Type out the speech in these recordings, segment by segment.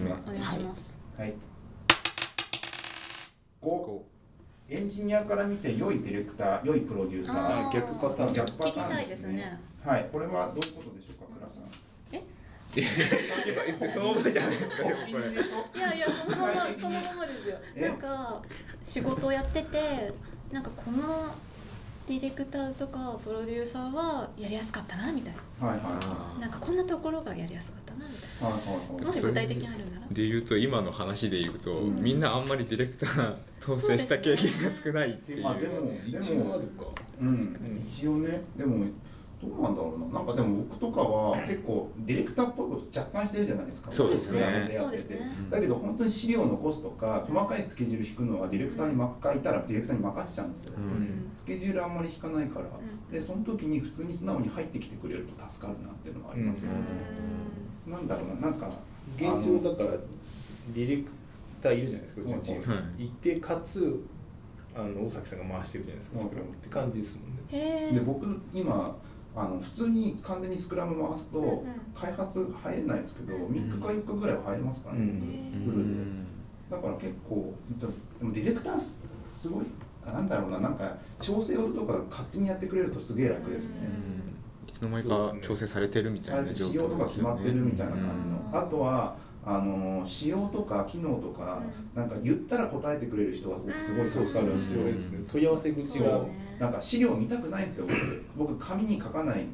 きますお願いします、はい5エンジニアから見て良いディレクター良いプロデューサーあー逆パターン逆パターン聞きたいですねはいこれはどういうことでしょうか倉さん今そのままじゃないですかでもこお気に入りれでしょいやいやそのままそのままですよえなんか仕事をやっててなんかこのディレクターとかプロデューサーはやりやすかったなみたいはいはいはいななんかこんなところがやりやすかったなみたいはいはなもし具体的にあるならで言うと今の話で言うと、んみんなあんまりディレクター当選した経験が少ないっていいはいうまあでもでもかうん、一応ねでもどうなんだろうななんかでも僕とかは結構ディレクターっぽいこと若干してるじゃないですかそうですね僕らでやっててそうですねだけど本当に資料を残すとか細かいスケジュール引くのはディレクターに任いたらディレクターに任せちゃうんですよ、うんスケジュールあんまり引かないから、んでその時に普通に素直に入ってきてくれると助かるなっていうのはありますよね、なんだろうななんか現状だからディレクターいるじゃないですかうちのチーム、、はいてかつあの大崎さんが回してるじゃないですかうんスクラムって感じですもんねへでえ僕今あの普通に完全にスクラム回すと、うんうん開発入れないですけど3日か4日ぐらいは入れますからね、うんフルでだから結構でもディレクターすすごいなんだろうななんか調整とか勝手にやってくれるとすげえ楽ですね、いつの間にか調整されてるみたさいれなて状仕様とか況で決すまよっね。てるみたいな感じうんのあとはあの仕様とか機能とか、なんか言ったら答えてくれる人が僕すごい助かるんですすよ、ごいですね問い合わせ口そうでがすねなんか資料見たくないんですよ僕僕紙に書かない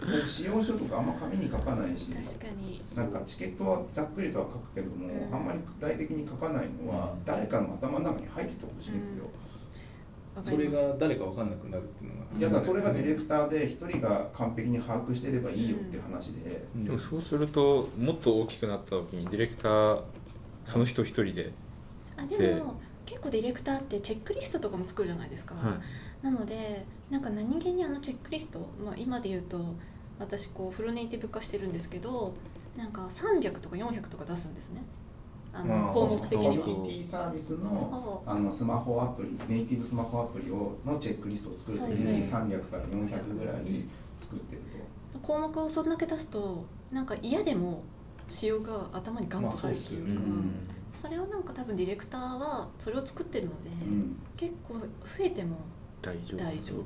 僕仕様書とかあんま紙に書かないし確かになんかチケットはざっくりとは書くけども、うんあんまり具体的に書かないのは、うん誰かの頭の中に入っててほしいんですよ、わかそれりますが誰か分かんなくなるっていうのがいやだからそれがディレククターで一人が完璧に把握してればいいよって話で、でもそうするともっと大きくなった時にディレクターその人一人で、あででも結構ディレクターってチェックリストとかも作るじゃないですか、はなのでなんか何気にあのチェックリスト、まあ、今で言うと私こうフルネイティブ化してるんですけどなんか300とか400とか出すんですねあの項目的コにミは。ュニティサービスのそうあのスマホアプリネイティブスマホアプリをのチェックリストを作るそうとできすにそう300から400ぐらい作ってると項目をそんだけ出すとなんか嫌でも仕様が頭にガンと入るというか、まあそれをなんか多分ディレクターはそれを作ってるので、うん結構増えても大丈夫大丈夫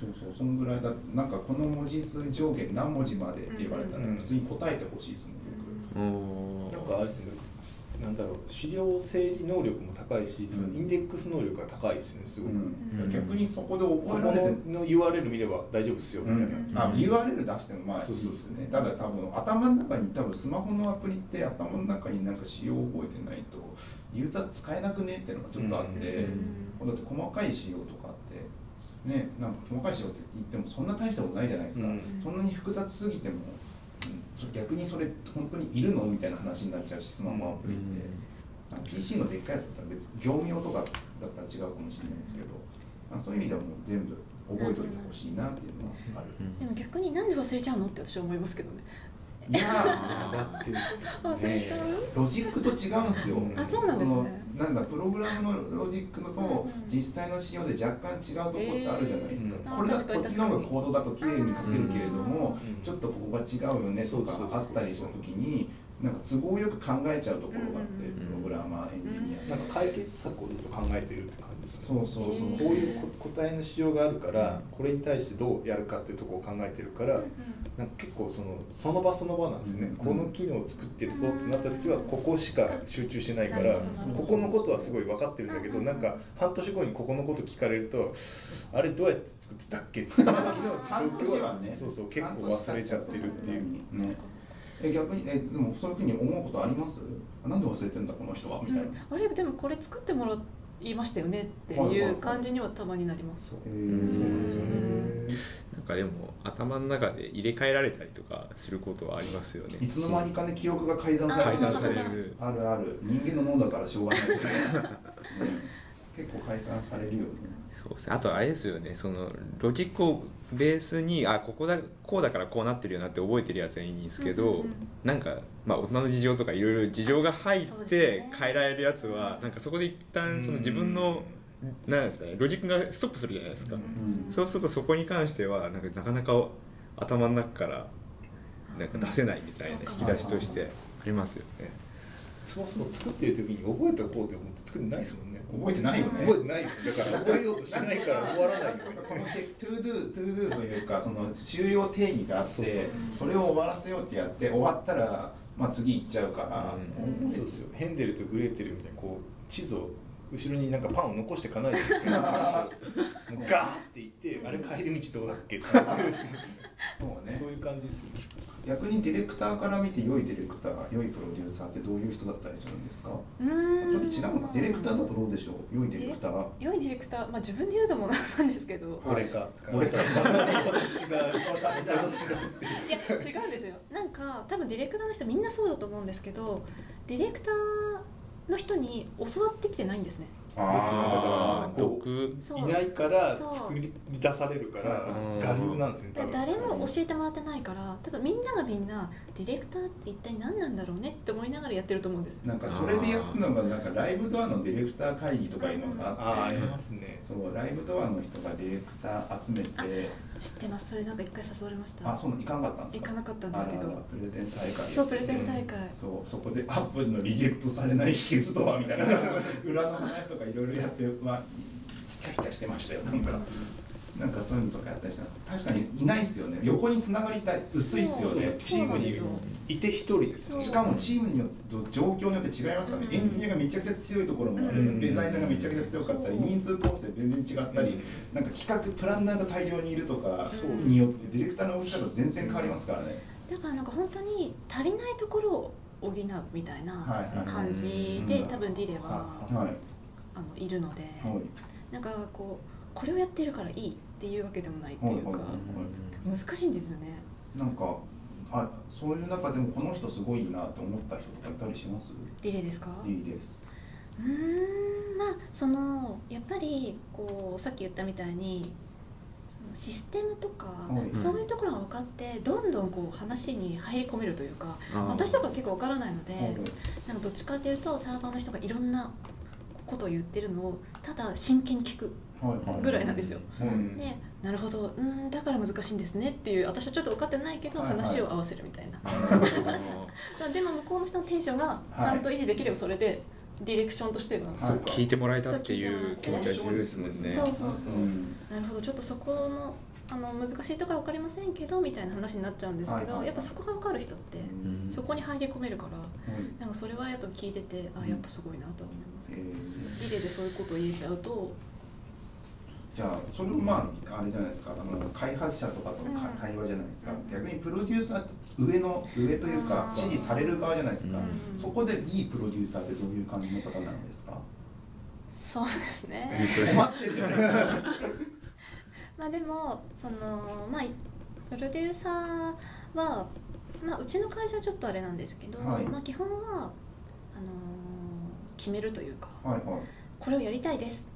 そうそうそんぐらいだなんかこの文字数上限何文字までって言われたらうん普通に答えてほしいですね僕おなんーかあれですねなんだろう資料整理能力も高いし、そのインデックス能力が高いですよねすごく、うんうん逆にそこでこ覚えられてもの URL 見れば大丈夫ですよみたいな、うんあ URL 出してもまあいそういそうですねただ多分頭の中に多分スマホのアプリって頭の中になんか仕様を覚えてないとユーザー使えなくねっていうのがちょっとあって、うんこれだって細かい仕様とかってねなんか細かい仕様って言ってもそんな大したことないじゃないですか、うんそんなに複雑すぎても、うんそれ逆にそれ本当にいるのみたいな話になっちゃうしスマホアプリって、なんか PC のでっかいやつだったら別に業務用とかだったら違うかもしれないですけどまあそういう意味ではもう全部覚えておいてほしいなっていうのはある。うんでも逆になんで忘れちゃうのって私は思いますけどねいやだって 忘れちゃう、ーロジックと違うんですよ。あそうなんですねそのなんだプログラムのロジックのとうん実際の仕様で若干違うところってあるじゃないですか。えーうんこれだあ確かにこっちの方がコードだと綺麗に書けるけれどもう、んちょっとここが違うよねとかそうそうそうそうあったりした時に、なんか都合よく考えちゃうところがあって、うんプログラマーエンジニアって。なんか解決策をずっと考えてるって感じですそねうそうそう。うんこういうこ答えの仕様があるからこれに対してどうやるかっていうところを考えてるからなんか結構そのその場その場なんですよね、うんこの機能を作ってるぞってなった時はここしか集中してないかならるほどなるこほどこのことはすごい分かってるんだけどうんなんか半年後にここのこと聞かれるとあれどうやって作ってたっけっていう半年はね、そうそう結構忘れちゃってるっていう。半年経っちゃったねえ逆にえでもそういうふうに思うことあります？あなんで忘れてんだこの人はみたいな。あれでもこれ作ってもらいましたよねってはいはいいはいう感じにはたまになりますそうえそうなんですよねなんかでも頭の中で入れ替えられたりとかすることはありますよねいつの間にかね記憶が改ざんされ改てざるんされるあるある人間の脳だからしょうがないけど、うん結構改ざんされるよねそうですねあとあれですよねそのロジックをベースにあここだこうだからこうなってるよなって覚えてるやつはいいんですけど、うんうんうんなんか、まあ、大人の事情とかいろいろ事情が入っそうですてね変えられるやつは、なんかそこで一旦その自分の、なんですかねロジックがストップするじゃないですか、んそうするとそこに関してはなんかなかなか頭の中からなんか出せないみたいなそうか引き出しとしてありますよねそもそも作ってる時に覚えておこうと思って作ってないですもんね覚えてないよね覚えてないよだから覚えようとしないから終わらないよなんとかこのチェックトゥードゥトゥードゥというかその終了定義があってそうそうそれを終わらせようってやって終わったら、まあ、次行っちゃうから、うんそうですよヘンデルとグレーテルみたいにこう地図を後ろになんかパンを残してかないでもうガーって行ってあれ帰り道どうだっけってそうねそういう感じですよね逆にディレクターから見て良いディレクター良いプロデューサーってどういう人だったりするんですかうーんちょっと違うのかディレクターだとどうでしょう良いディレクター良いディレクター、まあ、自分で言うのもなんなんですけ ど俺か俺か私が私だ私だいや違うんですよなんか多分ディレクターの人みんなそうだと思うんですけどディレクターの人に教わってきてないんですねあーー毒そういないからそう作り出されるからそう我流なんですよねだから誰も教えてもらってないから多分みんながみんなディレクターって一体何なんだろうねって思いながらやってると思うんですなんかそれでやるのがなんかライブドアのディレクター会議とかいうのがあああっあてりますねそうライブドアの人がディレクター集めて知ってますそれなんか一回誘われましたあそうなの行かなかったんです行かかなかったんですけあらあらどプレゼン大会そうプレゼン大会、そうそこでアップルのリジェクトされない秘訣とはみたいな 裏の話とかいろいろやってまあキャッキャしてましたよなんかなんかそういうのとかやったりしたんです確かにいないですよね横に繋がりたい薄いですよそうねチームにいて一人ですよねしかもチームによって状況によって違いますからね、うんエンジニアがめちゃくちゃ強いところもあれば、うんデザイナーがめちゃくちゃ強かったり、そう人数構成全然違ったり、うんなんか企画プランナーが大量にいるとかそうによってディレクターの動き方全然変わりますからね、だからなんか本当に足りないところを補うみたはいいはいはない感じで多分ディレははい、あのいるのではいなんかこうこれをやってるからいいっていうわけでもないっていうかはいはい難しいんですよねなんかあそういう中でもこの人すごいなって思った人とかいたりしますディレですかう D ですーんまあそのやっぱりこうさっき言ったみたいにそのシステムとかはいそういうところが分かってどんどんこう話に入り込めるというかあー私とか結構分からないのではいなんかどっちかっていうとサーバーの人がいろんなことを言ってるのをただ真剣に聞くはいはいぐらいなんですよ。はいうんでなるほどうんだから難しいんですねっていう私はちょっと分かってないけどはいはい話を合わせるみたいな、あだでも向こうの人のテンションがちゃんと維持できればそれでディレクションとしては、いー聞いてもらえたっていう気持ちは重要ですもんねそうそうそう、うんなるほどちょっとそこのあの難しいところは分かりませんけどみたいな話になっちゃうんですけど、はいはいやっぱそこが分かる人って、うんそこに入り込めるからうんなんかそれはやっぱ聞いててあやっぱすごいなとは思いますえけど、ーリレーでそういうことを言えちゃうとじゃあそれもまああれじゃないですかあの開発者とかとのかうん対話じゃないですか、逆にプロデューサーって上の上というかあー指示される側じゃないですか、うんそこでいいプロデューサーってどういう感じの方なんですかそうですね困ってるじゃないですか まあでもそのまあプロデューサーは、まあ、うちの会社はちょっとあれなんですけど、はいまあ、基本はあのー決めるというかはいはいこれをやりたいです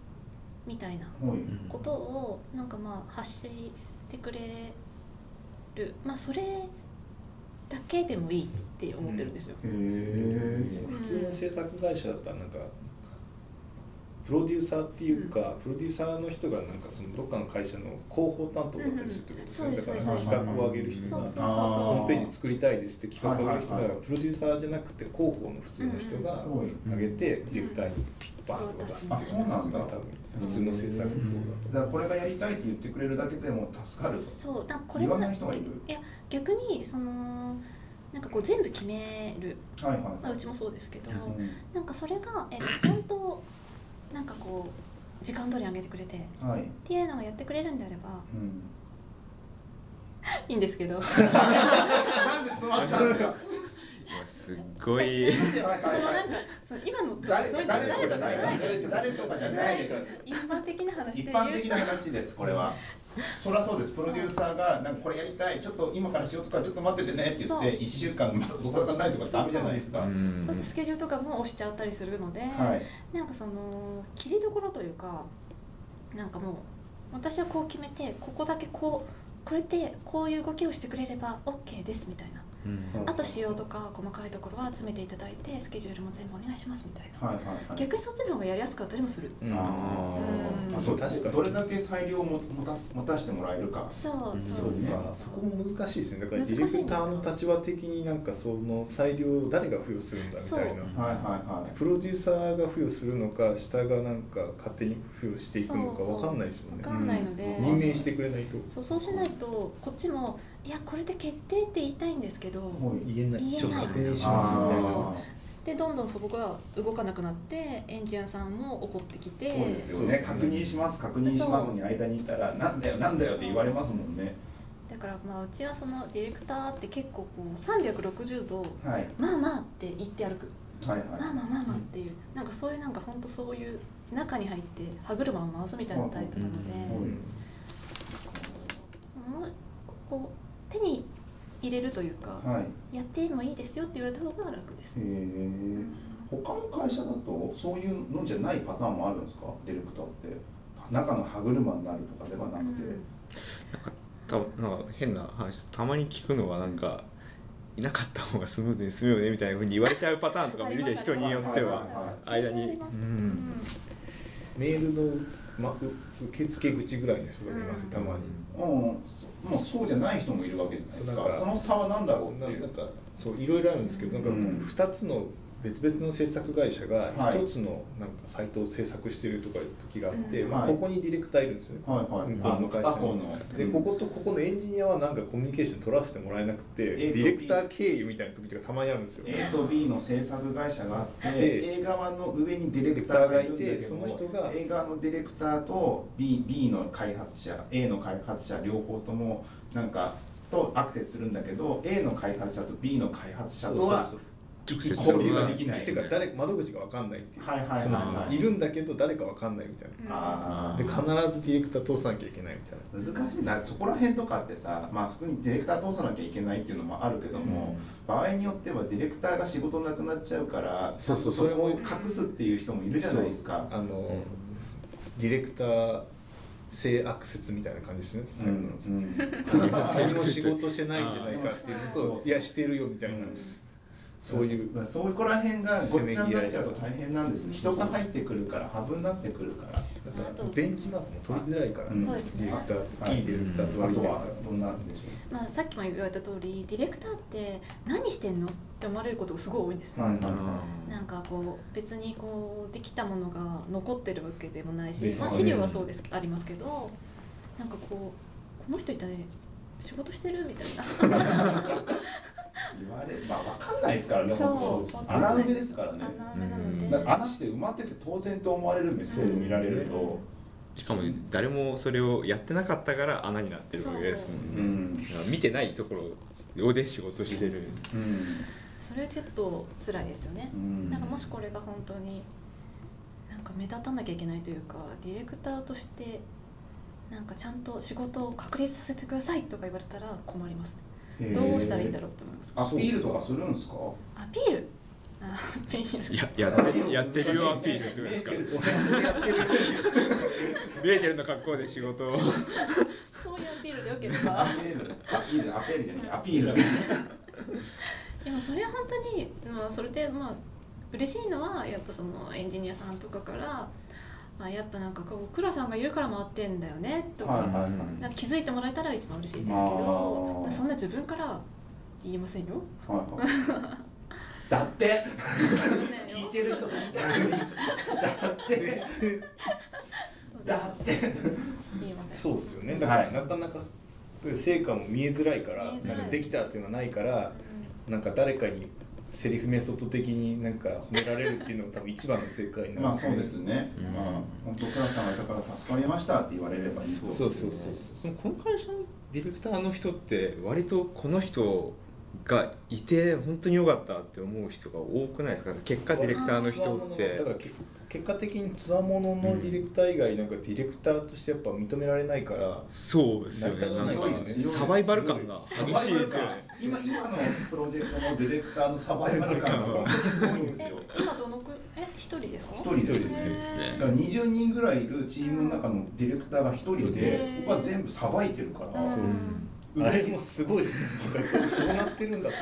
みたいなはい、うんことをなんかまあ発してくれるまあそれだけでもいいって思ってるんですよ。へえ普通の制作会社だったらなんかプロデューサーっていうか、プロデューサーの人がなんかそのどっかの会社の広報担当だったりするってことですよね、うんうんそうですそだからうです企画を上げる人そうがそうそうそうあホームページ作りたいですって企画を上げる人が、はいはいはプロデューサーじゃなくて広報の普通の人がうんうん上げて、ディレクターにバーンと出すっていあそうなんだ多分普通の制作フローだからだと。これがやりたいって言ってくれるだけでも助かるとそうだからこれ言わがない人がいる逆にそのなんかこう全部決める、はいはい、まあ、うちもそうですけど、うなんかそれが、えっと、ちゃんとなんかこう時間通り上げてくれてっん、はい、ていうのをやってくれるんであれば うん、いいんですけどそなんで詰まったんですかいやすっごはいいはいのはないんかその今のって誰そういう誰誰とかじとかゃないない誰誰とかじゃないです一般的な話一で般的言な話ですこれはそりゃそうですプロデューサーがなんかこれやりたいちょっと今からしようとかちょっと待っててねって言ってそう1週間またご相談ないとかダメじゃないですかうそうやってスケジュールとかも押しちゃったりするので、はいなんかその切りどころというかなんかもう私はこう決めてここだけこうこれでこういう動きをしてくれれば OK ですみたいなうんあと仕様とか細かいところは詰めていただいてスケジュールも全部お願いしますみたいな、はいはいはい逆にそっちの方がやりやすかったりもする、うんあうんーあと確かにどれだけ裁量をも持た持たしてもらえるかそうそそううか、そこも難しいですねだから難しデいんでィレすよクターの立場的になんかその裁量を誰が付与するんだみたいなそうはいはプロデューサーが付与するのか下がなんか勝手に付与していくのかわかんないですもんね分かんないので、うん任命してくれないとそうそうしないとこっちも「いやこれで決定」って言いたいんですけど、いはいもうい言えな言えないいちょっと確認しますみたいなあでどんどんそこが動かなくなってエンジニアさんも怒ってきてーそうですよそうねですね確認します確認しますに間にいたらなんだよなんだよって言われますもんねだからまあうちはそのディレクターって結構こう360度はい「まあまあ」って言って歩くはい「まあはまあまあまあ」っていうなんかそういうなんかほんとそういう中に入って歯車を回すみたいなタイプなので、うんもうこう手に入れるというか、いはいやってもいいですよって言われた方が楽ですへ。え他の会社だとそういうのじゃないパターンもあるんですかディレクターって中の歯車になるとかではなくて、うんたなんか変な話たまに聞くのはなんかいなかった方がスムーズに済むよねみたいなふうに言われちゃうパターンとかもいるで人によっては。はい間にううんん、メールの、ま、う受付口ぐらいの人がいますたまに。うん、そもうそうじゃない人もいるわけじゃないですかそうなんかその差は何だろうっなていうなんかそういろいろあるんですけどなんかうん2つの別々の制作会社がはい1つのなんかサイトを制作してるとかいう時があって、うんまあ、はいここにディレクターいるんですよね、はいはい向こうの会社あこの。のでうんこことここのエンジニアはなんかコミュニケーション取らせてもらえなくて、 A デと B ィレクター経由みたいな時がたまにあるんですよ。 A と B の制作会社があってで A 側の上にディレクターがいるんだけどその人が A 側のディレクターと B, B の開発者 A の開発者両方ともなんかとアクセスするんだけど A の開発者と B の開発者とはそうそう直接交流ができないていうか誰窓口が分かんないっていう、はいはいはいはいそもそもいるんだけど誰か分かんないみたいな。あでー必ずディレクター通さなきゃいけないみたいな。難しいなそこら辺とかってさまあ普通にディレクター通さなきゃいけないっていうのもあるけども、場合によってはディレクターが仕事なくなっちゃうからそうそうそそれこをも隠すっていう人もいるじゃないですかあの、ディレクター性アクセスみたいな感じですね、う最んう後のん何も仕事してないんじゃないかっていうあのーといやしてるよみたいな、うんそういう、まあそういうこら辺がごっちゃになっちゃうと大変なんですね人が入ってくるからハブになってくるからだからベンチマークも取りづらいから、うんそうですねディレクターいいディレクターとあ悪いディとレはクどんなあるんでしょまあ、さっきも言われた通りディレクターって何してんのって思われることがすごい多いんですうよ、はいなんかこう別にこうできたものが残ってるわけでもないしで、すまよあ、ね資料はそうですありますけどなんかこうこの人いたね仕事してるみたいな言われまあ分かんないですからねそう本わ当かんない穴埋めです からね穴埋めなので、うんだから穴って埋まってて当然と思われる目線で見られるとしかも誰もそれをやってなかったから穴になってるわけですもんね、んだから見てないところで仕事してる、うんそれはちょっと辛いですよねう、んなんかもしこれが本当になんか目立たなきゃいけないというかディレクターとしてなんかちゃんと仕事を確立させてくださいとか言われたら困りますどうしたらいいんだろろうと思いますアピールとかするんですかアピールあアピールややってるやってるよアピールってことですかメーテルの格好で仕事をそういうアピールでよけれアばピールアピールアピールじゃないアピールだ でもそれは本当に、まあ、それでまあ嬉しいのはやっぱそのエンジニアさんとかからあやっぱなんかこう倉さんがいるから回ってんだよねとか,、はいはいはいなんか気づいてもらえたら一番嬉しいですけあどーまあそんな自分から言えませんよ。はいはいだって言えません聞よいてる人もいたのにだってそうでだすって言えませんそうですよねだから、はいなかなか成果も見えづらいから見えづらいなんかできたっていうのはないからなんか誰かにセリフメソッド的になんか褒められるっていうのが多分一番の正解なんまあそうですね、うんまあ本当倉さんがいたから助かりましたって言われればいいそうそうそうそうそうそうこの会社のディレクターの人って割とこの人がいて本当に良かったって思う人が多くないですか結果ディレクターの人っだてからけ結果的につわもののディレクター以外なんかディレクターとしてやっぱ認められないから、そうですよね成り立たないなんかですよねサバイバル感がサ激バイしいバでルすよ感ね今今のプロジェクトのディレクターのサバイバル感が本当にすごいんですよえ今どのくえ一人ですか一人で一人すですそうですだねから20人ぐらいいるチームの中のディレクターが一人でうそんこは全部さばいてるからうんそうあれもすごいですだって こうなってるんだって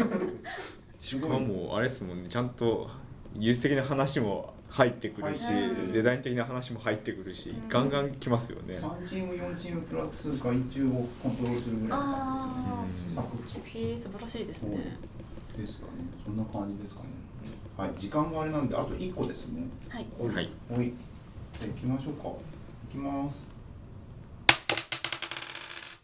すまあもうあれですもんねちゃんと技術的な話も入ってくるし、はいデザイン的な話も入ってくるし、うんガンガン来ますよね、 3チーム4チームプラス外注をコントロールするぐらいの感あじですよねサクッとーへえ素晴らしいですねですかねそんな感じですかねはい時間があれなんであと1個ですねはいはいはいじゃあ行きましょうか行きます